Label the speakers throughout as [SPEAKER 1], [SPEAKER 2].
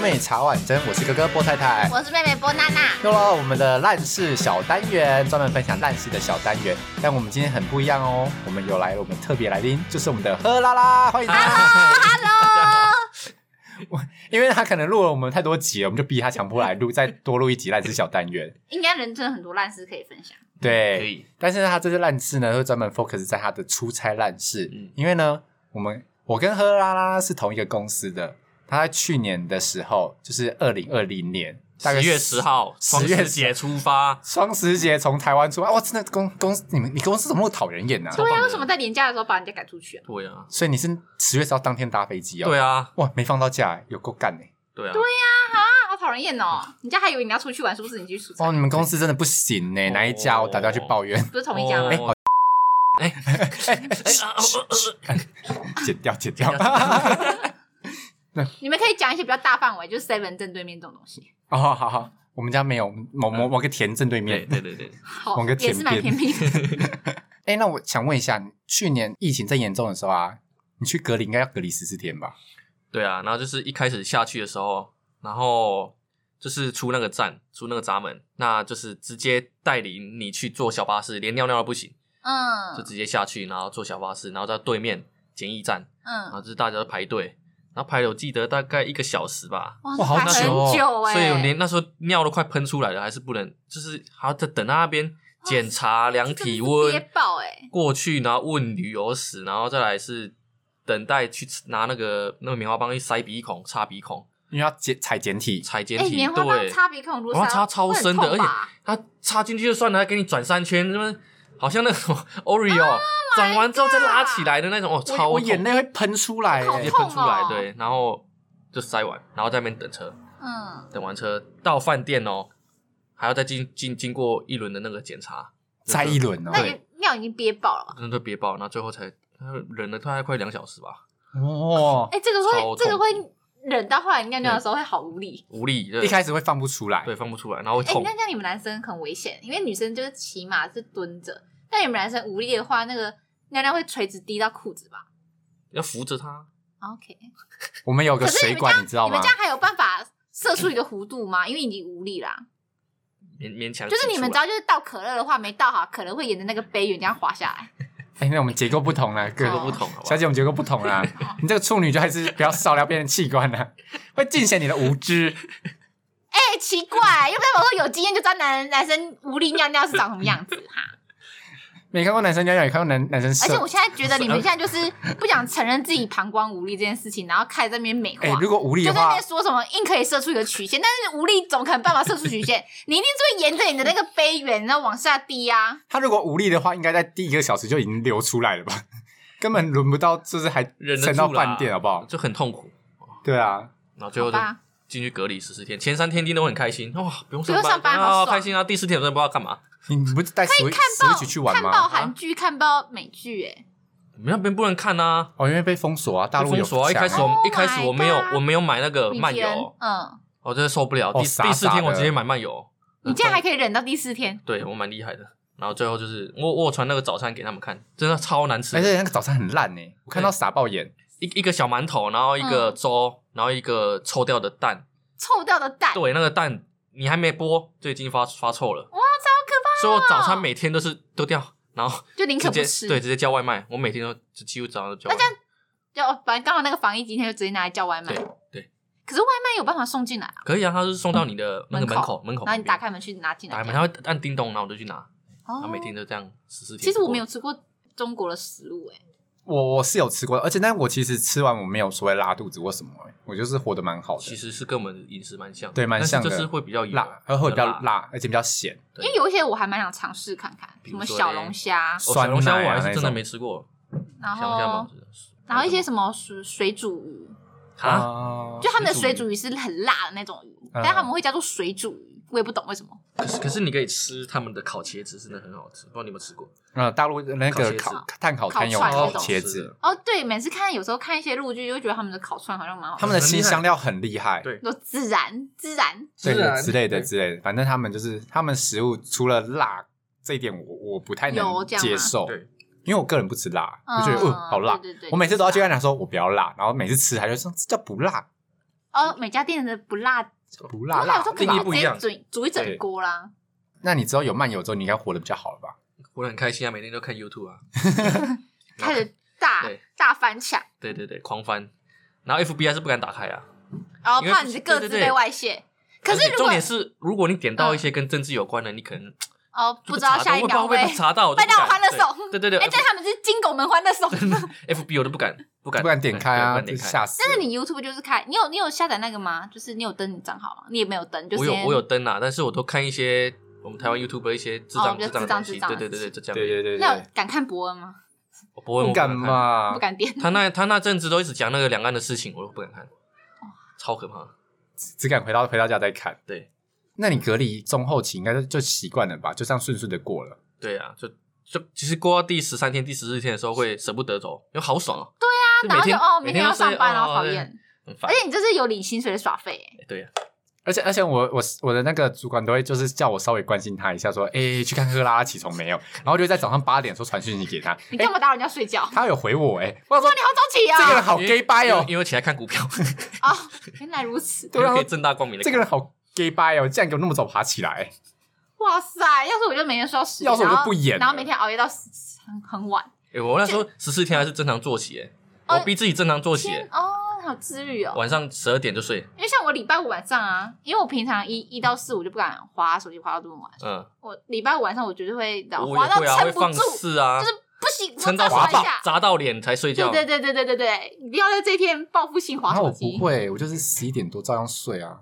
[SPEAKER 1] 妹茶碗蒸，我是哥哥波太太。
[SPEAKER 2] 我是妹妹波娜娜。
[SPEAKER 1] 又到了我们的烂事小单元，专门分享烂事的小单元。但我们今天很不一样哦，我们有来了我们特别来宾，就是我们的喝啦啦，欢迎他。
[SPEAKER 2] Hello，
[SPEAKER 1] 因为他可能录了我们太多集了，我们就逼他强迫来录，再多录一集烂事小单元。
[SPEAKER 2] 应该人真的很多烂事可以分享。
[SPEAKER 3] 嗯可
[SPEAKER 1] 对，
[SPEAKER 3] 以，
[SPEAKER 1] 但是他这次烂事呢，会专门 focus 在他的出差烂事，
[SPEAKER 3] 嗯
[SPEAKER 1] 因为呢，我们我跟喝啦啦是同一个公司的，他在去年的时候，就是二零二零年，大概
[SPEAKER 3] 十月十号，
[SPEAKER 1] 10
[SPEAKER 3] 双
[SPEAKER 1] 月
[SPEAKER 3] 十节出发，
[SPEAKER 1] 双十节从台湾出发，哇，真的公公司你们你公司怎么那么讨人厌呢、
[SPEAKER 3] 超
[SPEAKER 2] 对
[SPEAKER 3] 棒
[SPEAKER 2] 啊，
[SPEAKER 3] 的
[SPEAKER 2] 为什么在年假的时候把人家赶出去啊？
[SPEAKER 3] 对啊，
[SPEAKER 1] 所以你是十月十号当天搭飞机哦？
[SPEAKER 3] 对
[SPEAKER 1] 啊，
[SPEAKER 3] 啊，
[SPEAKER 1] 哇，没放到假欸，有够干哎！
[SPEAKER 3] 对啊，
[SPEAKER 2] 啊，好讨人厌哦！人家还以为你要出去玩，是不是？你去出差
[SPEAKER 1] 哦，你们公司真的不行呢，
[SPEAKER 3] 哦
[SPEAKER 1] 哪一家我打电话去抱 怨，
[SPEAKER 2] 不是同一家吗？
[SPEAKER 1] 哎
[SPEAKER 3] 哦 哎哎啊哦哦哦
[SPEAKER 1] 剪掉剪 掉。
[SPEAKER 3] 啊
[SPEAKER 2] 你们可以讲一些比较大范围，就是 Seven 正对面这种东西，
[SPEAKER 1] 哦，好好，我们家没有某某某个田正对
[SPEAKER 3] 对啊
[SPEAKER 1] 面。
[SPEAKER 3] 对对对，
[SPEAKER 2] 好
[SPEAKER 1] 往个，
[SPEAKER 2] 也是
[SPEAKER 1] 田
[SPEAKER 2] 蛮
[SPEAKER 1] 边
[SPEAKER 2] 偏僻 的。
[SPEAKER 1] 哎，那我想问一下，去年疫情最严重的时候啊，你去隔离应该要隔离十四天吧？
[SPEAKER 3] 对啊，然后就是一开始下去的时候，然后就是出那个站，出那个闸门，那就是直接带领你去坐小巴士，连尿尿都不行，就
[SPEAKER 2] 嗯
[SPEAKER 3] 直接下去，然后坐小巴士，然后在对面简易站，然后
[SPEAKER 2] 嗯，
[SPEAKER 3] 就是大家都排队，然后排了我记得大概一个小时吧，
[SPEAKER 1] 哇好
[SPEAKER 2] 排
[SPEAKER 1] 久哦
[SPEAKER 2] 很久哎，
[SPEAKER 3] 所以我连那时候尿都快喷出来了，还是不能，就是还要在等他那边检查量体
[SPEAKER 2] 真的是
[SPEAKER 3] 温
[SPEAKER 2] 憋，爆哎，
[SPEAKER 3] 过去然后问旅游史，然后再来是等待去拿那个那个棉花棒去塞鼻孔、插鼻孔、
[SPEAKER 1] 因为要检采检体，
[SPEAKER 3] 采检
[SPEAKER 2] 哎，
[SPEAKER 3] 体，
[SPEAKER 2] 棉花棒
[SPEAKER 3] 对，
[SPEAKER 2] 插鼻孔如果
[SPEAKER 3] 哇
[SPEAKER 2] 塞
[SPEAKER 3] 插超深的
[SPEAKER 2] 会很痛吧
[SPEAKER 3] 他插进去就算了，还给你转三圈，那么好像那 种
[SPEAKER 2] 啊
[SPEAKER 3] Oreo 转完之后再拉起来的那种，哦，
[SPEAKER 1] 我
[SPEAKER 3] 超
[SPEAKER 1] 我
[SPEAKER 3] 痛
[SPEAKER 1] 眼泪会喷出来欸。
[SPEAKER 2] 好
[SPEAKER 3] 直接
[SPEAKER 2] 痛
[SPEAKER 3] 喷出来
[SPEAKER 2] 哦，
[SPEAKER 3] 对，然后就塞完，然后在那边等车。
[SPEAKER 2] 嗯，
[SPEAKER 3] 等完车到饭店哦，还要再经经经过一轮的那个检查，
[SPEAKER 1] 再一轮哦
[SPEAKER 2] 嗯那
[SPEAKER 3] 对
[SPEAKER 2] 你尿已经憋爆了吧。
[SPEAKER 3] 真的憋爆，那最后才呃忍了大概快两小时吧，
[SPEAKER 1] 哦，
[SPEAKER 2] 哎，这个
[SPEAKER 3] 超
[SPEAKER 2] 会
[SPEAKER 3] 痛
[SPEAKER 2] 这个会忍到后来尿尿的时候会好无力。
[SPEAKER 3] 无力，对
[SPEAKER 1] 一开始会放不出来，
[SPEAKER 3] 对放不出来，然后会
[SPEAKER 2] 哎、
[SPEAKER 3] 痛
[SPEAKER 2] 那，这样你们男生很危险，因为女生就是骑马是蹲着，但你们男生无力的话，那个尿尿会垂直滴到裤子吧啊
[SPEAKER 3] 要扶着他，
[SPEAKER 2] ？OK，
[SPEAKER 1] 我们有个
[SPEAKER 2] 可是
[SPEAKER 1] 水
[SPEAKER 2] 你们这样
[SPEAKER 1] 管，你知道
[SPEAKER 2] 你
[SPEAKER 1] 吗
[SPEAKER 2] 们这？样还有办法射出一个弧度吗？因为已经无力 啦，
[SPEAKER 3] 勉勉强
[SPEAKER 2] 就是你们
[SPEAKER 3] 挤
[SPEAKER 2] 知
[SPEAKER 3] 出
[SPEAKER 2] 道，
[SPEAKER 3] 来
[SPEAKER 2] 就是倒可乐的话没倒好，可能会沿着那个杯缘这样滑下来。
[SPEAKER 1] 哎，那我们结构不同啦，各
[SPEAKER 3] 这
[SPEAKER 2] 哦
[SPEAKER 3] 个不同，好吧
[SPEAKER 1] 小姐，我们结构不同啦。你这个处女就还是不要少聊别人器官啦，会尽显你的无知。
[SPEAKER 2] 哎、奇怪，要不然我说有经验就知道男男生无力尿尿是长什么样子哈。
[SPEAKER 1] 没看过男生尿尿，也看过男男生
[SPEAKER 2] 而且
[SPEAKER 1] 射
[SPEAKER 2] 我。现在觉得你 们现在就是不想承认自己膀胱无力这件事情，然后开始在那边美化。
[SPEAKER 1] 哎，如果无力
[SPEAKER 2] 就
[SPEAKER 1] 的
[SPEAKER 2] 在那
[SPEAKER 1] 话
[SPEAKER 2] 边，说什么硬可以射出一个曲线，但是无力总可能办法射出曲线，你一定是会沿着你的那个杯缘，然后往下滴啊。
[SPEAKER 1] 他如果无力的话，应该在第一个小时就已经流出来了吧？根本轮不到，就是还
[SPEAKER 3] 忍得
[SPEAKER 1] 沉到
[SPEAKER 3] 住啦
[SPEAKER 1] 饭店，好不好？
[SPEAKER 3] 就很痛苦，
[SPEAKER 1] 对啊，
[SPEAKER 3] 然后最后就
[SPEAKER 2] 好吧
[SPEAKER 3] 进去隔离十四天，前三天听都很开心，哇，不用
[SPEAKER 2] 不用上班
[SPEAKER 3] 班
[SPEAKER 2] 好
[SPEAKER 3] 啊，
[SPEAKER 2] 爽
[SPEAKER 3] 开心啊，第四天我真的不知道干嘛，
[SPEAKER 1] 你你不是带 Switch
[SPEAKER 2] 看爆
[SPEAKER 1] Switch 去玩
[SPEAKER 2] 看爆
[SPEAKER 3] 啊
[SPEAKER 1] 吗？
[SPEAKER 2] 韩剧，看爆美剧、哎，
[SPEAKER 3] 我们那边不能看啊。
[SPEAKER 1] 哦，因为被封锁啊，大陆有
[SPEAKER 3] 封锁啊！一
[SPEAKER 1] 抢啊
[SPEAKER 3] 开始我们
[SPEAKER 2] Oh
[SPEAKER 3] 一开始
[SPEAKER 2] my
[SPEAKER 3] 我没有
[SPEAKER 2] god
[SPEAKER 3] 我没有买那个
[SPEAKER 2] 米
[SPEAKER 3] 呃漫
[SPEAKER 2] 田
[SPEAKER 3] 游，
[SPEAKER 2] 嗯，
[SPEAKER 3] 我真的受不了。
[SPEAKER 1] 哦
[SPEAKER 3] 第
[SPEAKER 1] 傻
[SPEAKER 3] 第四
[SPEAKER 1] 傻
[SPEAKER 3] 天我
[SPEAKER 1] 的
[SPEAKER 3] 直接买漫游，
[SPEAKER 2] 你
[SPEAKER 3] 呃
[SPEAKER 2] 竟然还可以忍到第四天，
[SPEAKER 3] 对我蛮厉害的。然后最后就是我我有传那个早餐给他们看，真的超难吃
[SPEAKER 1] 而
[SPEAKER 3] 的，
[SPEAKER 1] 且那个早餐很烂呢，我看到傻爆眼。
[SPEAKER 3] 一一个小馒头，然后一个
[SPEAKER 2] 嗯
[SPEAKER 3] 粥，然后一个臭掉的蛋。
[SPEAKER 2] 臭掉的蛋，哦
[SPEAKER 3] 对，那个蛋你还没剥就已经发发臭了，
[SPEAKER 2] 哇，超
[SPEAKER 3] 所以我早餐每天都是丢掉，然后
[SPEAKER 2] 可怕！就宁啊
[SPEAKER 3] 直
[SPEAKER 2] 可不
[SPEAKER 3] 接
[SPEAKER 2] 吃，
[SPEAKER 3] 对直接叫外卖。我每天都就几乎早上都叫外卖。
[SPEAKER 2] 就哦反正刚好那个防疫今天就直接拿来叫外卖。
[SPEAKER 3] 对对。
[SPEAKER 2] 可是外卖有办法送进来啊，
[SPEAKER 3] 可以啊，他是送到你的那个
[SPEAKER 2] 嗯门
[SPEAKER 3] 门
[SPEAKER 2] 口
[SPEAKER 3] 口门口
[SPEAKER 2] 然后
[SPEAKER 3] 旁
[SPEAKER 2] 你
[SPEAKER 3] 边，
[SPEAKER 2] 打开门去拿进来
[SPEAKER 3] 打
[SPEAKER 2] 这
[SPEAKER 3] 开门，
[SPEAKER 2] 样。
[SPEAKER 3] 他会按叮咚，然后我就去拿，然
[SPEAKER 2] 哦
[SPEAKER 3] 后每天就这样十四天。
[SPEAKER 2] 其实我没有，吃过中国的食物、哎，
[SPEAKER 1] 我我是有吃过，而且但我其实吃完我没有所谓拉肚子或什么、欸，我就是活得蛮好的。
[SPEAKER 3] 其实是跟我们饮食蛮像的，
[SPEAKER 1] 对蛮
[SPEAKER 3] 但是
[SPEAKER 1] 像的
[SPEAKER 3] 就是会比较油
[SPEAKER 1] 辣，呃然后会比较
[SPEAKER 3] 嗯辣
[SPEAKER 1] 辣，而且比较咸。
[SPEAKER 3] 对
[SPEAKER 2] 因为有一些我还蛮想尝试看看，
[SPEAKER 3] 比
[SPEAKER 2] 什
[SPEAKER 3] 如
[SPEAKER 2] 么
[SPEAKER 3] 说
[SPEAKER 2] 小龙虾，
[SPEAKER 3] 哦小龙虾
[SPEAKER 1] 酸奶
[SPEAKER 3] 我
[SPEAKER 1] 啊
[SPEAKER 3] 还是真
[SPEAKER 1] 那
[SPEAKER 3] 的
[SPEAKER 1] 种
[SPEAKER 3] 没吃过，
[SPEAKER 2] 然
[SPEAKER 3] 小龙虾蛮好
[SPEAKER 2] 后
[SPEAKER 3] 吃的。
[SPEAKER 2] 然后一些什么水水煮鱼，
[SPEAKER 3] 啊，
[SPEAKER 1] 啊
[SPEAKER 2] 就他们的水
[SPEAKER 3] 水
[SPEAKER 2] 煮
[SPEAKER 3] 煮
[SPEAKER 2] 鱼是很辣的那种鱼，
[SPEAKER 1] 嗯
[SPEAKER 2] 但他们会叫做水煮鱼，我也不懂为什么。
[SPEAKER 3] 可是可是你可以吃他们的烤茄子，真的很好吃，不知道你有没有吃过？啊
[SPEAKER 1] 呃，大陆那个
[SPEAKER 3] 烤
[SPEAKER 1] 烤碳烤摊有
[SPEAKER 2] 烤
[SPEAKER 1] 烤
[SPEAKER 2] 串那种
[SPEAKER 1] 茄子，
[SPEAKER 2] 哦，对，每次看有时候看一些陆剧，就会觉得他们的烤串好像蛮好
[SPEAKER 1] 他
[SPEAKER 2] 吃，
[SPEAKER 1] 们的新香料很厉害，
[SPEAKER 3] 对
[SPEAKER 2] 都孜然孜然。
[SPEAKER 1] 对
[SPEAKER 3] 孜然
[SPEAKER 1] 之类的
[SPEAKER 3] 对
[SPEAKER 1] 之类的。反正他们就是他们食物除了辣这一点我，我不太
[SPEAKER 2] 有
[SPEAKER 1] 能
[SPEAKER 2] 这样吗
[SPEAKER 1] 接受，
[SPEAKER 3] 对，
[SPEAKER 1] 因为我个人不吃辣，
[SPEAKER 2] 嗯
[SPEAKER 1] 我觉得嗯好辣。
[SPEAKER 2] 对对对，啊
[SPEAKER 1] 我每次都要去
[SPEAKER 2] 这
[SPEAKER 1] 跟
[SPEAKER 2] 样。
[SPEAKER 1] 他讲说，我不要辣，然后每次吃他就说这叫不辣，
[SPEAKER 2] 哦，每家店的不辣，
[SPEAKER 1] 不辣
[SPEAKER 2] 我
[SPEAKER 1] 辣
[SPEAKER 2] 有时候可
[SPEAKER 3] 定
[SPEAKER 2] 能
[SPEAKER 3] 义不一样
[SPEAKER 2] 直接煮煮一整锅啦。
[SPEAKER 1] 那你之后有漫游之后，你应该活得比较好了吧？
[SPEAKER 3] 活得很开心啊，每天都看 YouTube 啊，
[SPEAKER 2] 开始大
[SPEAKER 3] 对
[SPEAKER 2] 大翻墙，
[SPEAKER 3] 对对对，狂翻。然后 FBI 是不敢打开啊，
[SPEAKER 2] 然后
[SPEAKER 3] 因为
[SPEAKER 2] 怕你的
[SPEAKER 3] 对
[SPEAKER 2] 各
[SPEAKER 3] 对
[SPEAKER 2] 自
[SPEAKER 3] 对
[SPEAKER 2] 被外泄。可
[SPEAKER 3] 而且
[SPEAKER 2] 是如
[SPEAKER 3] 重
[SPEAKER 2] 果
[SPEAKER 3] 点是，如果你点到
[SPEAKER 2] 嗯
[SPEAKER 3] 一些跟政治有关的，你可能
[SPEAKER 2] 哦，
[SPEAKER 3] 就
[SPEAKER 2] 不
[SPEAKER 3] 被
[SPEAKER 2] 知
[SPEAKER 3] 查
[SPEAKER 2] 道
[SPEAKER 3] 到
[SPEAKER 2] 下一
[SPEAKER 3] 我不知道
[SPEAKER 2] 秒
[SPEAKER 3] 会不
[SPEAKER 2] 会
[SPEAKER 3] 会被查到，我就
[SPEAKER 2] 麦
[SPEAKER 3] 不
[SPEAKER 2] 当劳欢
[SPEAKER 3] 敢
[SPEAKER 2] 乐颂，
[SPEAKER 3] 对对对，
[SPEAKER 2] 哎，对他们是金狗门欢乐颂。
[SPEAKER 3] F B 我都不敢，不敢，嗯
[SPEAKER 1] 不然点开啊，
[SPEAKER 3] 对不敢
[SPEAKER 1] 这
[SPEAKER 3] 点开。
[SPEAKER 1] 吓死！
[SPEAKER 2] 但是你 YouTube 就是开，你有你有下载那个吗？就是你有登你账号吗？你也没有登，就
[SPEAKER 3] 我
[SPEAKER 2] 是
[SPEAKER 3] 有我有登啊，但是我都看一些我们台湾 YouTube 的一些智
[SPEAKER 2] 哦
[SPEAKER 3] 障
[SPEAKER 2] 比较
[SPEAKER 3] 智障的
[SPEAKER 2] 智障
[SPEAKER 3] 东西，
[SPEAKER 2] 智障
[SPEAKER 3] 对
[SPEAKER 2] 的
[SPEAKER 3] 对
[SPEAKER 2] 东西
[SPEAKER 3] 对对，啊就这样。
[SPEAKER 1] 对对对
[SPEAKER 2] 那有
[SPEAKER 1] 对，
[SPEAKER 2] 敢看博恩吗？
[SPEAKER 3] 我不会，我
[SPEAKER 1] 不敢
[SPEAKER 3] 看？
[SPEAKER 1] 嘛
[SPEAKER 2] 不？敢点，
[SPEAKER 3] 他那 他那阵子都一直讲那个两岸的事情，我都不敢看，
[SPEAKER 2] 哦
[SPEAKER 3] 超可怕。
[SPEAKER 1] 只敢回到回到家再看。
[SPEAKER 3] 对
[SPEAKER 1] 那你隔离中后期应该就就习惯了吧？就这样顺顺的过了。
[SPEAKER 3] 对啊，就就其实过到第十三天、第十四天的时候，会舍不得走，因为好爽哦。对
[SPEAKER 2] 然后就哦，
[SPEAKER 3] 每
[SPEAKER 2] 明天要
[SPEAKER 3] 都是
[SPEAKER 2] 上班，然后
[SPEAKER 3] 哦
[SPEAKER 2] 讨
[SPEAKER 3] 对
[SPEAKER 2] 厌。哎
[SPEAKER 3] 很烦
[SPEAKER 2] 而。且你这是有领薪水的耍废欸，
[SPEAKER 3] 对啊呀，
[SPEAKER 1] 而且而且我我我的那个主管都会就是叫我稍微关心他一下，说，哎、去看赫拉拉起床没有？然后就在早上八点的时候传讯息给他，
[SPEAKER 2] 你
[SPEAKER 1] 哎、
[SPEAKER 2] 干嘛打扰人家睡觉？
[SPEAKER 1] 他有回我、哎，我想说
[SPEAKER 2] 哇，你好早起
[SPEAKER 1] 这个人
[SPEAKER 2] 啊！
[SPEAKER 1] 好
[SPEAKER 3] 因
[SPEAKER 1] gay
[SPEAKER 3] 为
[SPEAKER 1] bye 哦
[SPEAKER 3] 因为，因为起来看股票，
[SPEAKER 2] 哦，原来如此。
[SPEAKER 1] 对啊
[SPEAKER 3] 可以正大光明的。
[SPEAKER 1] 这个人好 gay bye 哦，竟然给我那么早爬起来，
[SPEAKER 2] 哇塞！要是我就每天睡到十点，
[SPEAKER 1] 要是我就
[SPEAKER 2] 然后
[SPEAKER 1] 不演了
[SPEAKER 2] 然后每天熬夜到十很很晚。
[SPEAKER 3] 哎，我那时候十四天还是正常作息，哎
[SPEAKER 2] 哦
[SPEAKER 3] 我逼自己正常作息，
[SPEAKER 2] 天
[SPEAKER 3] 哎
[SPEAKER 2] 哦，好自律哦。
[SPEAKER 3] 晚上十二点就睡。
[SPEAKER 2] 因为像我礼拜五晚上啊，因为我平常一一到四我就不敢滑手机滑到这么晚，
[SPEAKER 3] 嗯，
[SPEAKER 2] 我礼拜五晚上我绝对会然后
[SPEAKER 3] 我
[SPEAKER 2] 滑
[SPEAKER 3] 也
[SPEAKER 2] 到
[SPEAKER 3] 会啊，会
[SPEAKER 2] 撑不
[SPEAKER 3] 放
[SPEAKER 2] 住，
[SPEAKER 3] 肆啊，
[SPEAKER 2] 就是不行，
[SPEAKER 3] 撑
[SPEAKER 2] 我
[SPEAKER 3] 到
[SPEAKER 2] 再滑
[SPEAKER 1] 手
[SPEAKER 2] 一
[SPEAKER 1] 机
[SPEAKER 2] 下。
[SPEAKER 3] 砸到脸才睡
[SPEAKER 2] 对
[SPEAKER 3] 觉。
[SPEAKER 2] 对对对对对对，你不要在这一天报复性滑
[SPEAKER 1] 然后
[SPEAKER 2] 手
[SPEAKER 1] 我
[SPEAKER 2] 机
[SPEAKER 1] 不。会，我就是十一点多照样睡啊，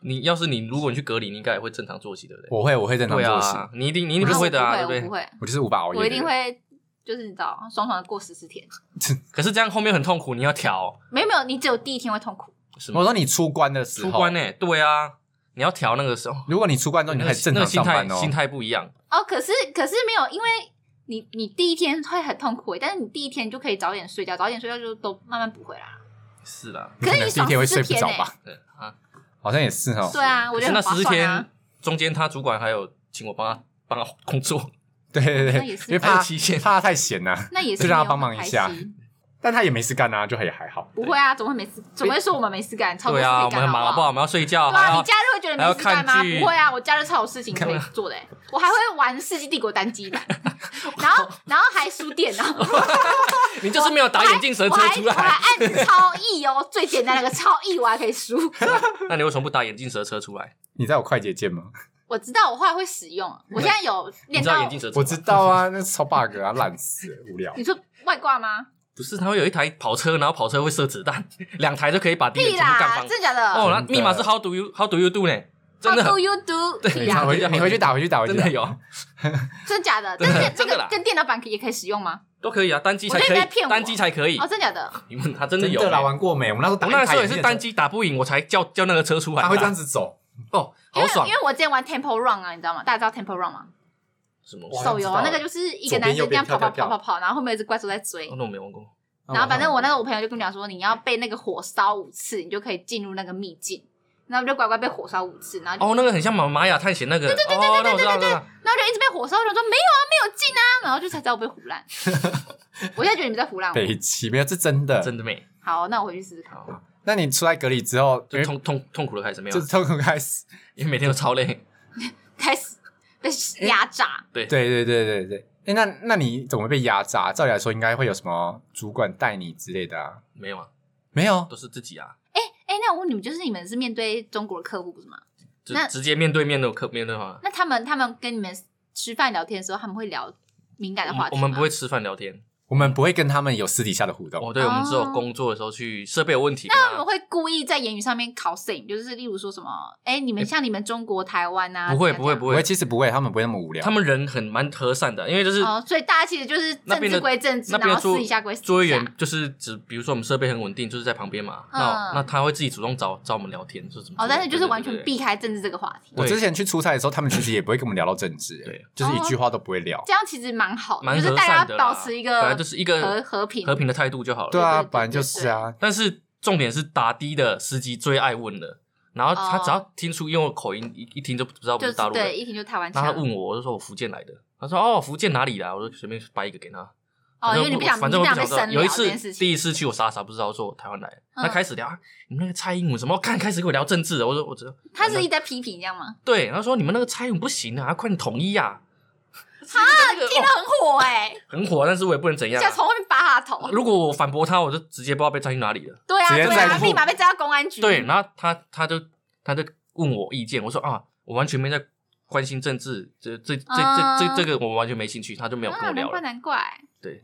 [SPEAKER 3] 你要是你，如果你去隔离，你应该也会正常作息，对不对？
[SPEAKER 1] 我会我会正常
[SPEAKER 3] 对
[SPEAKER 1] 作息，
[SPEAKER 3] 啊，你一定你一定
[SPEAKER 2] 然
[SPEAKER 3] 不
[SPEAKER 2] 后
[SPEAKER 3] 会的啊，
[SPEAKER 2] 我
[SPEAKER 3] 对
[SPEAKER 2] 不会，我
[SPEAKER 3] 不
[SPEAKER 2] 不
[SPEAKER 3] 对？
[SPEAKER 2] 会，
[SPEAKER 1] 我就是无法熬夜，
[SPEAKER 2] 我一定。会就是你知道，爽爽的过十四天。
[SPEAKER 3] 可是这样后面很痛苦，你要调
[SPEAKER 2] 没有没有，你只有第一天会痛苦。
[SPEAKER 3] 什
[SPEAKER 1] 我
[SPEAKER 3] 么？
[SPEAKER 1] 说你哦出关的时
[SPEAKER 3] 出
[SPEAKER 1] 候，
[SPEAKER 3] 关呢、对啊，你要调那个 时候，
[SPEAKER 1] 如果你出关之后你
[SPEAKER 3] 那
[SPEAKER 1] 还
[SPEAKER 3] 个
[SPEAKER 1] 正
[SPEAKER 3] 那
[SPEAKER 1] 常
[SPEAKER 3] 个
[SPEAKER 1] 上
[SPEAKER 3] 心态
[SPEAKER 1] 班哦，
[SPEAKER 3] 心态不一样。
[SPEAKER 2] 哦，可是可是没有，因为你你第一天会很痛苦，欸但是你第一天就可以早点睡觉，早点睡觉就都慢慢补回来了。
[SPEAKER 3] 是啦，
[SPEAKER 1] 你可能第一天会睡不着吧？
[SPEAKER 3] 对啊。
[SPEAKER 1] 好像也是哦，
[SPEAKER 2] 对啊，我
[SPEAKER 3] 可
[SPEAKER 2] 觉
[SPEAKER 3] 是
[SPEAKER 2] 得
[SPEAKER 3] 那
[SPEAKER 2] 很划
[SPEAKER 3] 十四
[SPEAKER 2] 算
[SPEAKER 3] 天、
[SPEAKER 2] 啊。
[SPEAKER 3] 中间，他主管还有请我帮他帮他工作，
[SPEAKER 1] 对对
[SPEAKER 2] 那
[SPEAKER 1] 对，
[SPEAKER 2] 也
[SPEAKER 1] 因
[SPEAKER 2] 是
[SPEAKER 1] 为
[SPEAKER 3] 还有
[SPEAKER 1] 怕
[SPEAKER 3] 期限
[SPEAKER 1] 怕他太闲啊呐、
[SPEAKER 2] 那也是
[SPEAKER 1] 就让他
[SPEAKER 2] 没有
[SPEAKER 1] 帮忙一下
[SPEAKER 2] 很开心
[SPEAKER 1] 但他也没事干啊，就也还好。
[SPEAKER 2] 不会啊，总会没 事，总会说我们没事干，超多
[SPEAKER 3] 对
[SPEAKER 2] 事
[SPEAKER 3] 啊，我
[SPEAKER 2] 情干
[SPEAKER 3] 们很忙好
[SPEAKER 2] 好
[SPEAKER 3] 不好？我？们要睡觉，
[SPEAKER 2] 对啊，
[SPEAKER 3] 还
[SPEAKER 2] 你
[SPEAKER 3] 要
[SPEAKER 2] 假日会觉得没事干
[SPEAKER 3] 还
[SPEAKER 2] 吗？
[SPEAKER 3] 要看剧
[SPEAKER 2] 不会啊，我假日超有事情可以
[SPEAKER 3] 看啊
[SPEAKER 2] 做的欸、我还会玩《世纪帝国》单机 版，然后然后还输电脑，
[SPEAKER 3] 你就是没有打眼镜蛇
[SPEAKER 2] 我
[SPEAKER 3] 遮
[SPEAKER 2] 还
[SPEAKER 3] 出
[SPEAKER 2] 我
[SPEAKER 3] 来。
[SPEAKER 2] 还按超 E 哦，最简单那个超 E 我还可以输，
[SPEAKER 3] 那你为什么不打眼镜蛇车出来？
[SPEAKER 1] 你知道有快捷键吗？
[SPEAKER 2] 我知道我后来会使用，我现在有
[SPEAKER 3] 你
[SPEAKER 2] 练
[SPEAKER 3] 知道
[SPEAKER 2] 到
[SPEAKER 3] 眼镜蛇车吗？
[SPEAKER 1] 我知道啊， 那超 bug 啊，烂死了，无 聊
[SPEAKER 2] 你。说外挂吗？
[SPEAKER 3] 不是，它会有一台跑车，然后跑车会射子弹， 两台就可以把敌人
[SPEAKER 2] 屁
[SPEAKER 3] 全部干
[SPEAKER 2] 啦，
[SPEAKER 3] 翻。
[SPEAKER 2] 真的假的
[SPEAKER 3] 哦，那
[SPEAKER 1] 真的
[SPEAKER 3] 密码是 How do you How do you do 呢？真的
[SPEAKER 2] How do you do？
[SPEAKER 3] 对
[SPEAKER 2] 屁
[SPEAKER 1] 你打
[SPEAKER 2] 啦，
[SPEAKER 1] 回去，你回去打回去，打回去。
[SPEAKER 3] 真的有，
[SPEAKER 2] 真假的？但
[SPEAKER 3] 真的
[SPEAKER 2] 是
[SPEAKER 3] 真
[SPEAKER 2] 这
[SPEAKER 3] 的啦
[SPEAKER 2] 个跟电脑版也可以使用吗？
[SPEAKER 3] 都可以啊，单机才
[SPEAKER 2] 我觉
[SPEAKER 3] 可
[SPEAKER 2] 得你
[SPEAKER 3] 以
[SPEAKER 2] 在骗，我
[SPEAKER 3] 单机才可以
[SPEAKER 2] 哦，。真假的？
[SPEAKER 3] 你问他真
[SPEAKER 1] 真
[SPEAKER 3] 的
[SPEAKER 1] 的
[SPEAKER 3] 有
[SPEAKER 1] 有啦，
[SPEAKER 3] 欸？
[SPEAKER 1] 玩过没？我们那时候打
[SPEAKER 3] 我那时候也是单，机打啊不赢，我才叫叫那个车出来。
[SPEAKER 1] 他会这样子走，
[SPEAKER 3] 哦，
[SPEAKER 2] 因为
[SPEAKER 3] 好爽
[SPEAKER 2] 因！为我之前玩 Temple Run 啊，你知道吗？大家知道 Temple Run 吗？
[SPEAKER 3] 什么？
[SPEAKER 1] 哇
[SPEAKER 3] 哦
[SPEAKER 2] 手游
[SPEAKER 1] 我
[SPEAKER 2] 啊
[SPEAKER 1] 知道
[SPEAKER 2] 那个就是一个男生这样跑跑跑跑跑，然后后面有一只怪兽在追。
[SPEAKER 3] 哦那我没玩过。
[SPEAKER 2] 然后反
[SPEAKER 3] 哦
[SPEAKER 2] 正我那个我朋友就跟我讲说，你要被那个火烧五次，你就可以进入那个秘境。然后我就乖乖被火烧五次，然后就、
[SPEAKER 3] 哦，那个很像玛玛雅探险那个。对对对对对对对
[SPEAKER 2] 然后就一直被火烧，我就说没有啊，没有进啊，然后就才知道我被胡烂。我现在觉得你们在胡 烂我。
[SPEAKER 1] 北齐没有，这真的。
[SPEAKER 3] 真的没。
[SPEAKER 2] 好，那我回去试试看。
[SPEAKER 3] 好，
[SPEAKER 1] 那你出来隔离之后，因
[SPEAKER 3] 就
[SPEAKER 1] 为
[SPEAKER 3] 痛痛痛苦的开始没有啊
[SPEAKER 1] 就，是痛苦开始。
[SPEAKER 3] 因为每天都超累。
[SPEAKER 2] 开始被压榨。
[SPEAKER 3] 对
[SPEAKER 1] 对对对对对。哎，那那你怎么被压榨？照理来说，应该会有什么主管带你之类的啊？
[SPEAKER 3] 没有啊，
[SPEAKER 1] 没有
[SPEAKER 3] 都，是自己啊，
[SPEAKER 2] 哎、哎、那我问你们，就是你们是面对中国的客户不是吗？
[SPEAKER 3] 就
[SPEAKER 2] 那
[SPEAKER 3] 直接面对面的客面对话。
[SPEAKER 2] 那他们他们跟你们吃饭聊天的时候，他们会聊敏感的话题
[SPEAKER 3] 嗯我们
[SPEAKER 2] 吗
[SPEAKER 3] 不会。吃饭聊天。
[SPEAKER 1] 我们不会跟他们有私底下的互动。
[SPEAKER 3] 哦，对，我们只有
[SPEAKER 2] 哦
[SPEAKER 3] 工作的时候去设备有问题。
[SPEAKER 2] 那
[SPEAKER 3] 跟
[SPEAKER 2] 他
[SPEAKER 3] 他
[SPEAKER 2] 们会故意在言语上面考 s 就是例如说什么，哎、你们像你们中国、台湾啊，
[SPEAKER 3] 不会
[SPEAKER 2] 怎样
[SPEAKER 3] 不
[SPEAKER 2] 怎
[SPEAKER 3] 会
[SPEAKER 2] 样
[SPEAKER 3] 不
[SPEAKER 1] 不
[SPEAKER 3] 会
[SPEAKER 1] 会，，其实不会，他们不会那么无聊。
[SPEAKER 3] 他们人很蛮和善的，因为就是
[SPEAKER 2] 哦，所以大家其实就是
[SPEAKER 3] 那
[SPEAKER 2] 政
[SPEAKER 3] 边
[SPEAKER 2] 治
[SPEAKER 3] 的
[SPEAKER 2] 归政治，
[SPEAKER 3] 那边
[SPEAKER 2] 然
[SPEAKER 3] 的
[SPEAKER 2] 后私
[SPEAKER 3] 作
[SPEAKER 2] 底下归私底下
[SPEAKER 3] 作业员就是只比如说我们设备很稳定，就是在旁边嘛，那
[SPEAKER 2] 嗯
[SPEAKER 3] 那他会自己主动找找我们聊天，是怎么？
[SPEAKER 2] 哦，但是就是完全
[SPEAKER 3] 对
[SPEAKER 2] 避开政治这个话题，
[SPEAKER 1] 我
[SPEAKER 3] 对
[SPEAKER 1] 之前去出差的时候，他们其实也不会跟我们聊到政治，欸
[SPEAKER 3] 对，
[SPEAKER 1] 就是一
[SPEAKER 2] 哦
[SPEAKER 1] 句话都不会聊。
[SPEAKER 2] 这样其实蛮好的，
[SPEAKER 3] 蛮
[SPEAKER 2] 就
[SPEAKER 3] 和
[SPEAKER 2] 是大家
[SPEAKER 3] 善的啦，
[SPEAKER 2] 保持一
[SPEAKER 3] 本来
[SPEAKER 2] 个
[SPEAKER 3] 就是一
[SPEAKER 2] 和
[SPEAKER 3] 个
[SPEAKER 2] 和平
[SPEAKER 3] 和平的态度就好
[SPEAKER 1] 对
[SPEAKER 3] 了。
[SPEAKER 1] 啊，
[SPEAKER 2] 对对对
[SPEAKER 1] 本来就是啊。
[SPEAKER 3] 但是重点是打的的司机最爱问了，然后他
[SPEAKER 2] 哦
[SPEAKER 3] 只要听出因为我口音一一听就知道我
[SPEAKER 2] 就是是
[SPEAKER 3] 大陆人
[SPEAKER 2] 对，，一听就台湾
[SPEAKER 3] 然后他
[SPEAKER 2] 腔。
[SPEAKER 3] 问我，我就说我福建来的，他说哦福建哪里来？我就随便掰一个给他。
[SPEAKER 2] 哦，
[SPEAKER 3] 反
[SPEAKER 2] 因
[SPEAKER 3] 正
[SPEAKER 2] 为你不
[SPEAKER 3] 我
[SPEAKER 2] 想，
[SPEAKER 3] 反
[SPEAKER 2] 你
[SPEAKER 3] 正
[SPEAKER 2] 不
[SPEAKER 3] 我
[SPEAKER 2] 想
[SPEAKER 3] 想
[SPEAKER 2] 被
[SPEAKER 3] 知
[SPEAKER 2] 深
[SPEAKER 3] 道。有
[SPEAKER 2] 聊
[SPEAKER 3] 一
[SPEAKER 2] 这件
[SPEAKER 3] 次
[SPEAKER 2] 事
[SPEAKER 3] 第
[SPEAKER 2] 情。
[SPEAKER 3] 一次去，我傻傻不知道说台湾来的，
[SPEAKER 2] 嗯
[SPEAKER 3] 他开始聊啊，你们那个蔡英文什么，看开始跟我聊政治了，我说我知道，
[SPEAKER 2] 他是一直在批评这样吗？
[SPEAKER 3] 对，然后说你们那个蔡英文不行啊，快点统一啊，
[SPEAKER 2] 啊，听得很火哎，
[SPEAKER 3] 很火，但是我也不能怎哦样啊、
[SPEAKER 2] 想从后面扒他的头。
[SPEAKER 3] 如果我反驳他，我就直接不知道被抓去哪里了。
[SPEAKER 2] 对啊，
[SPEAKER 1] 直接
[SPEAKER 2] 对
[SPEAKER 1] 在
[SPEAKER 2] 啊，
[SPEAKER 1] 乎
[SPEAKER 2] 立马被抓到公安局。
[SPEAKER 3] 对，然后他他就他就问我意见，我说啊，我完全没在关心政治，这这这这这这个我完全没兴趣，他就没有跟
[SPEAKER 2] 啊，
[SPEAKER 3] 我
[SPEAKER 2] 难
[SPEAKER 3] 聊
[SPEAKER 2] 怪
[SPEAKER 3] 了。
[SPEAKER 2] 难怪。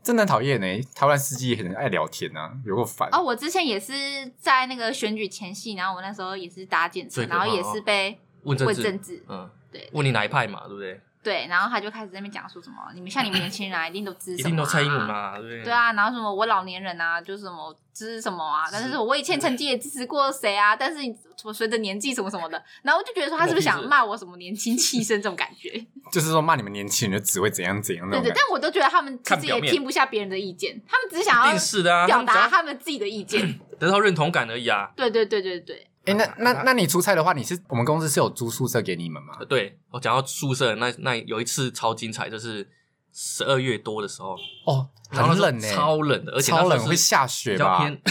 [SPEAKER 1] 真的很讨厌呢。台湾司机也很爱聊天啊，有够烦。
[SPEAKER 2] 哦，我之前也是在那个选举前夕，然后我那时候也是搭检车，
[SPEAKER 3] 最可
[SPEAKER 2] 然
[SPEAKER 3] 怕
[SPEAKER 2] 后也是被
[SPEAKER 3] 问政
[SPEAKER 2] 问
[SPEAKER 3] 治，
[SPEAKER 2] 政治，
[SPEAKER 3] 嗯，
[SPEAKER 2] 对
[SPEAKER 3] 问你哪一派嘛，对不对？
[SPEAKER 2] 对，然后他就开始在那边讲说什么，你们像你们年轻人啊，一定都支持，
[SPEAKER 3] 一定都蔡英文。嘛，对不对？
[SPEAKER 2] 对，啊，然后什么我老年人啊，就是什么支持什么啊，但是我以前曾经也支持过谁啊，但是你怎么随着年纪什么什么的，然后我就觉得说他是不是想骂我什么年轻气盛这种感 觉？
[SPEAKER 1] 就是说骂你们年轻人就只会怎样怎样那
[SPEAKER 2] 对
[SPEAKER 1] 种
[SPEAKER 2] 对，
[SPEAKER 1] 感
[SPEAKER 2] 但我都觉得他们其
[SPEAKER 3] 看
[SPEAKER 2] 实
[SPEAKER 3] 表
[SPEAKER 2] 也
[SPEAKER 3] 面
[SPEAKER 2] 听不下别人的意见，他们只是想
[SPEAKER 3] 一
[SPEAKER 2] 要
[SPEAKER 3] 定是的啊，
[SPEAKER 2] 表达
[SPEAKER 3] 他们
[SPEAKER 2] 他们自己的意 见。
[SPEAKER 3] 只要得到认同感而已啊。
[SPEAKER 2] 对对对对对，
[SPEAKER 1] 哎、那那那你出差的话，你是我们公司是有租宿舍给你们吗？
[SPEAKER 3] 呃对我讲到宿舍，那那有一次超精彩，就是十二月多的时候，
[SPEAKER 1] 哦，
[SPEAKER 3] 然后那
[SPEAKER 1] 很
[SPEAKER 3] 时候
[SPEAKER 1] 冷呢、
[SPEAKER 3] 超冷欸的，而且那
[SPEAKER 1] 超
[SPEAKER 3] 时候
[SPEAKER 1] 冷
[SPEAKER 3] 是
[SPEAKER 1] 会下雪
[SPEAKER 3] 比较
[SPEAKER 1] 吧？
[SPEAKER 3] 偏，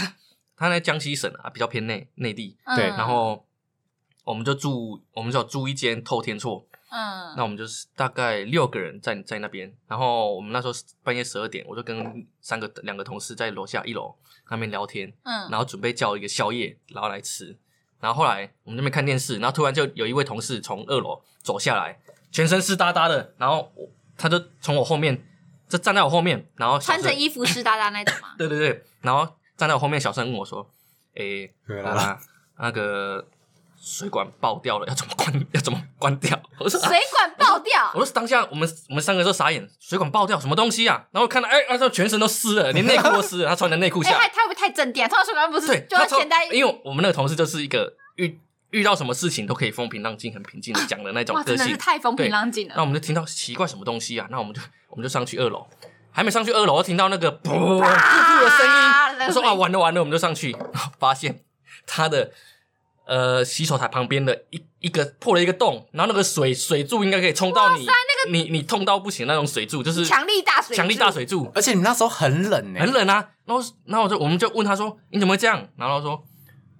[SPEAKER 3] 他在江西省啊，比较偏内内地，
[SPEAKER 1] 对
[SPEAKER 2] 嗯
[SPEAKER 3] 然后我们就住，我们就租一间透天厝，
[SPEAKER 2] 嗯
[SPEAKER 3] 那我们就是大概六个人在在那边，然后我们那时候是半夜十二点，我就跟三个两个同事在楼下一楼那边聊天，
[SPEAKER 2] 嗯，
[SPEAKER 3] 然后准备叫一个宵夜，然后来吃，然后后来我们那边看电视，然后突然就有一位同事从二楼走下来，全身湿哒哒的，然后我他就从我后面，就站在我后面，然后小
[SPEAKER 2] 穿
[SPEAKER 3] 声。
[SPEAKER 2] 着衣服湿哒哒那种嘛
[SPEAKER 3] 对对对，然后站在我后面小声问我说：“诶、
[SPEAKER 1] 对
[SPEAKER 3] 好
[SPEAKER 1] 啦
[SPEAKER 3] 啦，那个水管爆掉了，要怎么关？要怎么关掉？”我说：“啊、
[SPEAKER 2] 水管爆掉
[SPEAKER 3] 我，说当下我们我们三个都傻眼，水管爆掉什么东西啊？”然后看到哎，他、说全身都湿了，连内裤都湿了，他穿的内裤
[SPEAKER 2] 哎，
[SPEAKER 3] 下
[SPEAKER 2] 他
[SPEAKER 3] 来。
[SPEAKER 2] 他会不会太正点？通常水管不
[SPEAKER 3] 对
[SPEAKER 2] 嗯是，就
[SPEAKER 3] 他
[SPEAKER 2] 要
[SPEAKER 3] 超
[SPEAKER 2] 先在，
[SPEAKER 3] 因为我们那个同事就是一个遇遇到什么事情都可以风平浪静、很平静的讲的那种
[SPEAKER 2] 啊哇，
[SPEAKER 3] 个
[SPEAKER 2] 真的
[SPEAKER 3] 性
[SPEAKER 2] 是。太风平
[SPEAKER 3] 对
[SPEAKER 2] 浪静
[SPEAKER 3] 那
[SPEAKER 2] 了。
[SPEAKER 3] 我们就听到奇怪什么东西啊？那我们就我们就上去二楼，还没上去二楼，听到那个噗噗噗的声音，我说啊，完了完了，我们就上去，然后发现他的呃洗手台旁边的一一个破了一个洞，然后那个水水柱应该可以冲到你，你你痛到不行那种水柱，就是
[SPEAKER 2] 强力大水柱，
[SPEAKER 3] 强力大水柱，
[SPEAKER 1] 而且你们那时候很冷欸呢、
[SPEAKER 3] 很冷啊。然后然后我就我们就问他说你怎么会这样？然后他说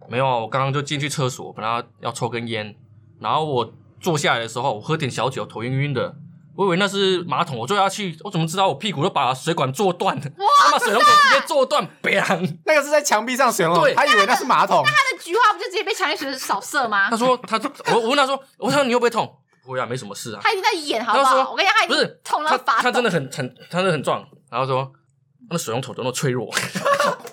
[SPEAKER 3] 没有啊，我刚刚就进去厕所，本来要抽根烟，然后我坐下来的时候，我喝点小酒，头晕晕的。我以为那是马桶，我就要去，我怎么知道我屁股都把水管坐断了？他妈水龙头直接坐断，砰！
[SPEAKER 1] 那个是在墙壁上水龙头，
[SPEAKER 3] 对
[SPEAKER 1] 他以为那是马 桶。
[SPEAKER 2] 他的菊花不就直接被强力水扫射吗
[SPEAKER 3] 他？说，他我我问他说，我说你会不会痛？不会啊，没什么事啊。
[SPEAKER 2] 他一直在演，好不
[SPEAKER 3] 他就
[SPEAKER 2] 好？
[SPEAKER 3] 说
[SPEAKER 2] 我跟你讲，他已
[SPEAKER 3] 不
[SPEAKER 2] 经
[SPEAKER 3] 是
[SPEAKER 2] 痛到
[SPEAKER 3] 他
[SPEAKER 2] 发
[SPEAKER 3] 他
[SPEAKER 2] 抖
[SPEAKER 3] 真。的很很他真的很壮，然后说那水龙头多么脆弱。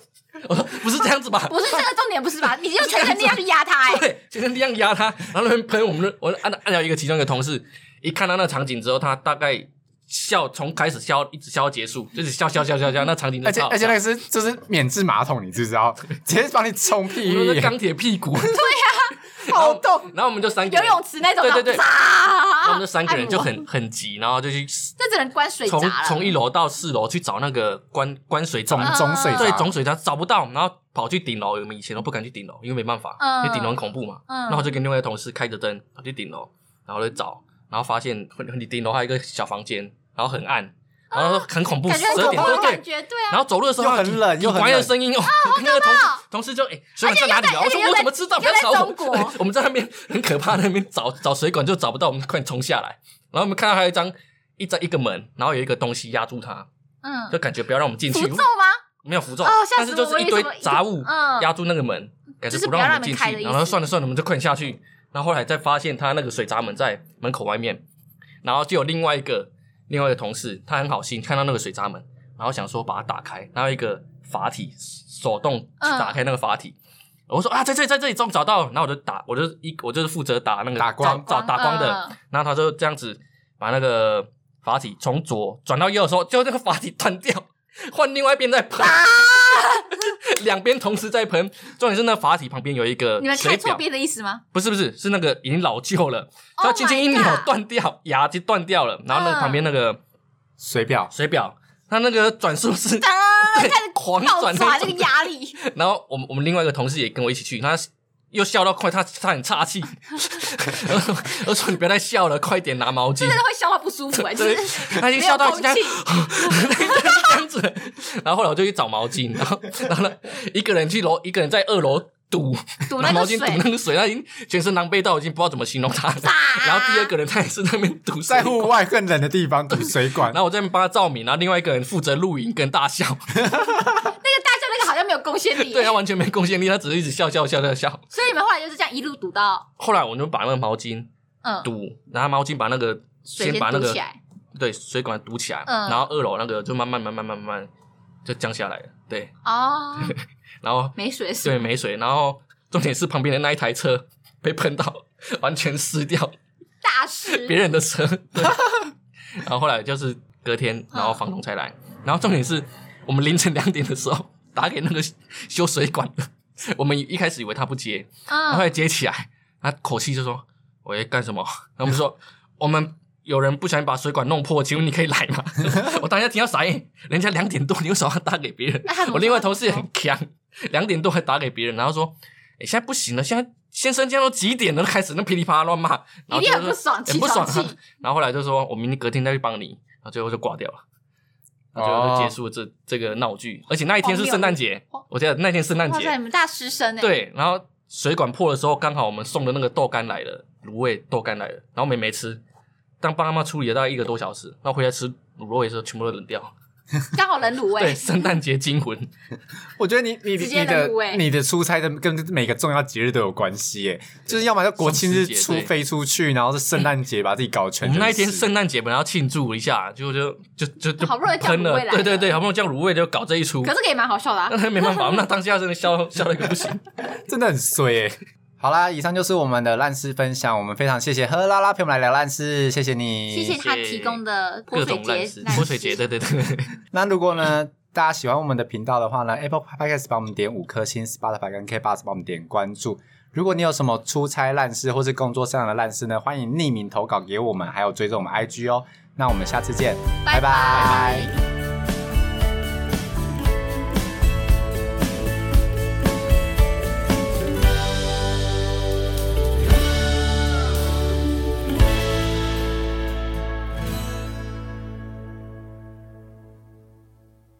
[SPEAKER 3] 我说不是这样子吧？
[SPEAKER 2] 不是这个重点，不 是吧？你就全身力量去压他， 哎，
[SPEAKER 3] 对，就像这样压他，然后那边喷我们的，我按按掉一个其中一个同事，一看到那个场景之后，他大概笑从开始笑一直笑到结束，就是笑笑笑笑笑，那场景
[SPEAKER 1] 而
[SPEAKER 3] 真
[SPEAKER 1] 且
[SPEAKER 3] 的
[SPEAKER 1] 而且那个是就是免治马桶，你知不知道？ 直接帮你冲屁
[SPEAKER 3] 我们
[SPEAKER 1] 屁，
[SPEAKER 3] 钢铁屁股，
[SPEAKER 1] 好冻。
[SPEAKER 3] 然后我们就三 个
[SPEAKER 2] 游
[SPEAKER 3] 人，
[SPEAKER 2] 泳池那啊种，
[SPEAKER 3] 对对对
[SPEAKER 2] 然后
[SPEAKER 3] 然后我
[SPEAKER 2] 啪
[SPEAKER 3] 们就三个人就
[SPEAKER 2] 按摩
[SPEAKER 3] 很很急，然后就去
[SPEAKER 2] 这只能关水闸
[SPEAKER 3] 从
[SPEAKER 2] 了。
[SPEAKER 3] 从一楼到四楼去找那个关关水
[SPEAKER 1] 总
[SPEAKER 3] 闸，
[SPEAKER 2] 啊
[SPEAKER 1] 总水闸
[SPEAKER 3] 对，总水闸找不到，然后跑去顶楼。我们以前都不敢去顶楼，因为没办法，
[SPEAKER 2] 嗯
[SPEAKER 3] 因为顶楼很恐怖嘛。
[SPEAKER 2] 嗯
[SPEAKER 3] 然后我就跟另外一个同事开着灯跑去顶楼，然后就找，然后发现你顶楼还有一个小房间，然后很暗，然后很恐怖，
[SPEAKER 2] 啊感
[SPEAKER 3] 十
[SPEAKER 2] 觉很
[SPEAKER 3] 二
[SPEAKER 2] 恐
[SPEAKER 3] 点
[SPEAKER 2] 怖
[SPEAKER 3] 多
[SPEAKER 2] 的啊
[SPEAKER 3] 对
[SPEAKER 2] 感。觉，对啊。
[SPEAKER 3] 然后走路的时候
[SPEAKER 1] 又很冷
[SPEAKER 3] 你
[SPEAKER 1] 又很
[SPEAKER 3] 关的
[SPEAKER 1] 冷
[SPEAKER 3] 声音哦，那个同同事就哎，水管在哪里啊？
[SPEAKER 2] 而
[SPEAKER 3] 我
[SPEAKER 2] 且
[SPEAKER 3] 说
[SPEAKER 2] 又在
[SPEAKER 3] 我怎么知道？
[SPEAKER 2] 又
[SPEAKER 3] 不
[SPEAKER 2] 在
[SPEAKER 3] 要找
[SPEAKER 2] 中
[SPEAKER 3] 我
[SPEAKER 2] 国！
[SPEAKER 3] 我们在那边很可怕，那边找找水管就找不到，我们快点冲下来。然后我们看到还有一张一张一个门，然后有一个东西压住它，
[SPEAKER 2] 嗯，
[SPEAKER 3] 就感觉不要让我们进去
[SPEAKER 2] 符，咒吗？
[SPEAKER 3] 没有符咒
[SPEAKER 2] 哦，吓
[SPEAKER 3] 但
[SPEAKER 2] 死
[SPEAKER 3] 是
[SPEAKER 2] 我
[SPEAKER 3] 就是一堆杂物
[SPEAKER 2] 嗯
[SPEAKER 3] 压住那个门，感觉
[SPEAKER 2] 就是
[SPEAKER 3] 不
[SPEAKER 2] 不要
[SPEAKER 3] 让我
[SPEAKER 2] 让
[SPEAKER 3] 们
[SPEAKER 2] 你
[SPEAKER 3] 进
[SPEAKER 2] 开的
[SPEAKER 3] 去。
[SPEAKER 2] 意
[SPEAKER 3] 然后
[SPEAKER 2] 思
[SPEAKER 3] 算了算了，我们就快点下去。然后后来再发现他那个水闸门在门口外面，然后就有另外一个另外一个同事，他很好心看到那个水闸门，然后想说把它打开，然后一个阀体手动去打开那个阀体。我说啊，在这里在这里终于找到了，然后我就打，我就一我就是负责打那个
[SPEAKER 1] 打光
[SPEAKER 3] 找找打光的，
[SPEAKER 2] 嗯，
[SPEAKER 3] 然后他就这样子把那个阀体从左转到右的时候，就那个阀体断掉，换另外一边在
[SPEAKER 2] 啊
[SPEAKER 3] 喷， 两边同时在喷。重点是那阀体旁边有一个
[SPEAKER 2] 你们
[SPEAKER 3] 水
[SPEAKER 2] 开错
[SPEAKER 3] 表，
[SPEAKER 2] 边的意思吗？
[SPEAKER 3] 不是不是，是那个已经老旧了，
[SPEAKER 2] Oh
[SPEAKER 3] 它轻轻一扭
[SPEAKER 2] my god
[SPEAKER 3] 断掉，牙就断掉了。然后那
[SPEAKER 2] 嗯
[SPEAKER 3] 个旁边那个
[SPEAKER 1] 水表
[SPEAKER 3] 水表，它那个转速 是
[SPEAKER 2] 啊，
[SPEAKER 3] 对
[SPEAKER 2] 开始
[SPEAKER 3] 狂
[SPEAKER 2] 爆
[SPEAKER 3] 转
[SPEAKER 2] 炸
[SPEAKER 3] 那
[SPEAKER 2] 这个
[SPEAKER 3] 种。
[SPEAKER 2] 压力，
[SPEAKER 3] 然后我们我们另外一个同事也跟我一起去，他又笑到快，他他很岔气， 我说我说你不要再笑了，快点拿毛巾
[SPEAKER 2] 真。的会消化不舒服哎，就
[SPEAKER 3] 对
[SPEAKER 2] 是，
[SPEAKER 3] 他已经笑到这样，
[SPEAKER 2] 没有
[SPEAKER 3] 这样子，然后后来我就去找毛巾，然后然后呢，一个人去楼，一个人在二楼堵，
[SPEAKER 2] 堵
[SPEAKER 3] 拿
[SPEAKER 2] 那
[SPEAKER 3] 毛
[SPEAKER 2] 个
[SPEAKER 3] 巾
[SPEAKER 2] 水，
[SPEAKER 3] 堵那个水，他已经全身狼狈到已经不知道怎么形容他了。然后第二个人他也是在那边堵水
[SPEAKER 1] 在户外更冷的地方堵水管
[SPEAKER 3] 然，后我 在那边帮他照明，然后另外一个人负责录影跟大笑，
[SPEAKER 2] 那个大笑那个好像没有贡献力，
[SPEAKER 3] 对啊他完全没贡献力，他只是一直笑笑笑笑笑。
[SPEAKER 2] 所以你们后来就是这样一路堵到
[SPEAKER 3] 后来我们就把那个毛巾
[SPEAKER 2] 嗯
[SPEAKER 3] 堵，然后毛巾把那个
[SPEAKER 2] 水
[SPEAKER 3] 先把那
[SPEAKER 2] 堵
[SPEAKER 3] 个
[SPEAKER 2] 起来，
[SPEAKER 3] 对水管堵起来，
[SPEAKER 2] 嗯
[SPEAKER 3] 然后二楼那个就慢慢慢慢慢慢就降下来了，对，
[SPEAKER 2] 哦，
[SPEAKER 3] 然后
[SPEAKER 2] 没水是
[SPEAKER 3] 对没水，然后重点是旁边的那一台车 被喷到，完全湿掉
[SPEAKER 2] 大师，
[SPEAKER 3] 别人的车，对然后后来就是隔天，然后房东才来，然后重点是我们凌晨两点的时候打给那个修水管的，我们一开始以为他不接，然后
[SPEAKER 2] 嗯，
[SPEAKER 3] 来接起来，他口气就说：“喂，干什么？”然后我们说：“我们有人不小心把水管弄破，请问你可以来吗？” 我当下听到傻眼，人家两点多，你为什么要打给别人
[SPEAKER 2] 那他怎？么 哦
[SPEAKER 3] 我另外
[SPEAKER 2] 知道
[SPEAKER 3] 同事也很强， 两点多还打给别人，然后说：“哎、现在不行了，现在先生今天都几点了？”开始那噼里啪啦乱骂， 然后
[SPEAKER 2] 一定
[SPEAKER 3] 就说
[SPEAKER 2] 很不爽，
[SPEAKER 3] 很
[SPEAKER 2] 起
[SPEAKER 3] 不
[SPEAKER 2] 床
[SPEAKER 3] 爽、
[SPEAKER 2] 气
[SPEAKER 3] 啊。然后后来就说：“我明天隔天再去帮你。”然后最后就挂掉了。
[SPEAKER 1] 哦
[SPEAKER 3] 然后最后就结束了这、这个闹剧，而且那一天是圣诞节
[SPEAKER 2] 荒谬，
[SPEAKER 3] 我记得那天圣诞
[SPEAKER 2] 哇
[SPEAKER 3] 节，
[SPEAKER 2] 塞，你们大师生哎，，
[SPEAKER 3] 对，然后水管破的时候，刚好我们送的那个豆干来了，卤味豆干来了，然后没没吃，但帮他妈处理了大概一个多小时，那回来吃卤肉也是全部都冷掉。
[SPEAKER 2] 刚好冷卤
[SPEAKER 3] 对，
[SPEAKER 2] 味，
[SPEAKER 3] 圣诞节惊魂，
[SPEAKER 1] 我觉得你你
[SPEAKER 2] 直接
[SPEAKER 1] 你
[SPEAKER 2] 冷
[SPEAKER 1] 的
[SPEAKER 2] 酷欸
[SPEAKER 1] 你的出差的跟每个重要节日都有关系耶，就是要么就国庆日
[SPEAKER 3] 双十节
[SPEAKER 1] 出
[SPEAKER 3] 对
[SPEAKER 1] 飞出去，然后是圣诞节把自己搞
[SPEAKER 3] 我
[SPEAKER 1] 全。
[SPEAKER 3] 们那一天圣诞节本来要庆祝一下，结果就就就就
[SPEAKER 2] 好不容易叫
[SPEAKER 3] 喷
[SPEAKER 2] 卤
[SPEAKER 3] 了
[SPEAKER 2] 味，来
[SPEAKER 3] 对对
[SPEAKER 2] 了
[SPEAKER 3] 对， 好不容易叫卤味就搞这一出
[SPEAKER 2] 可，是这个也蛮好笑的啊，
[SPEAKER 3] 那没办法，我们那当下真的笑笑了一个不行。
[SPEAKER 1] 真的很衰欸耶。好啦，以上就是我们的烂事分享，我们非常谢谢喝啦啦陪我们来聊烂事，谢谢你，
[SPEAKER 2] 谢谢他提供的 泼
[SPEAKER 3] 各
[SPEAKER 2] 水
[SPEAKER 3] 种烂
[SPEAKER 2] 节
[SPEAKER 3] 事，
[SPEAKER 2] 烂事，
[SPEAKER 3] 泼水节，对对对，
[SPEAKER 1] 那如果呢，大家喜欢我们的频道的话呢，Apple Podcast 帮我们点五颗星，Spotify 跟 K b o s 帮我们点关注。如果你有什么出差烂事或是工作上的烂事呢，欢迎匿名投稿给我们，还有追踪我们 IG 哦。那我们下次见，拜拜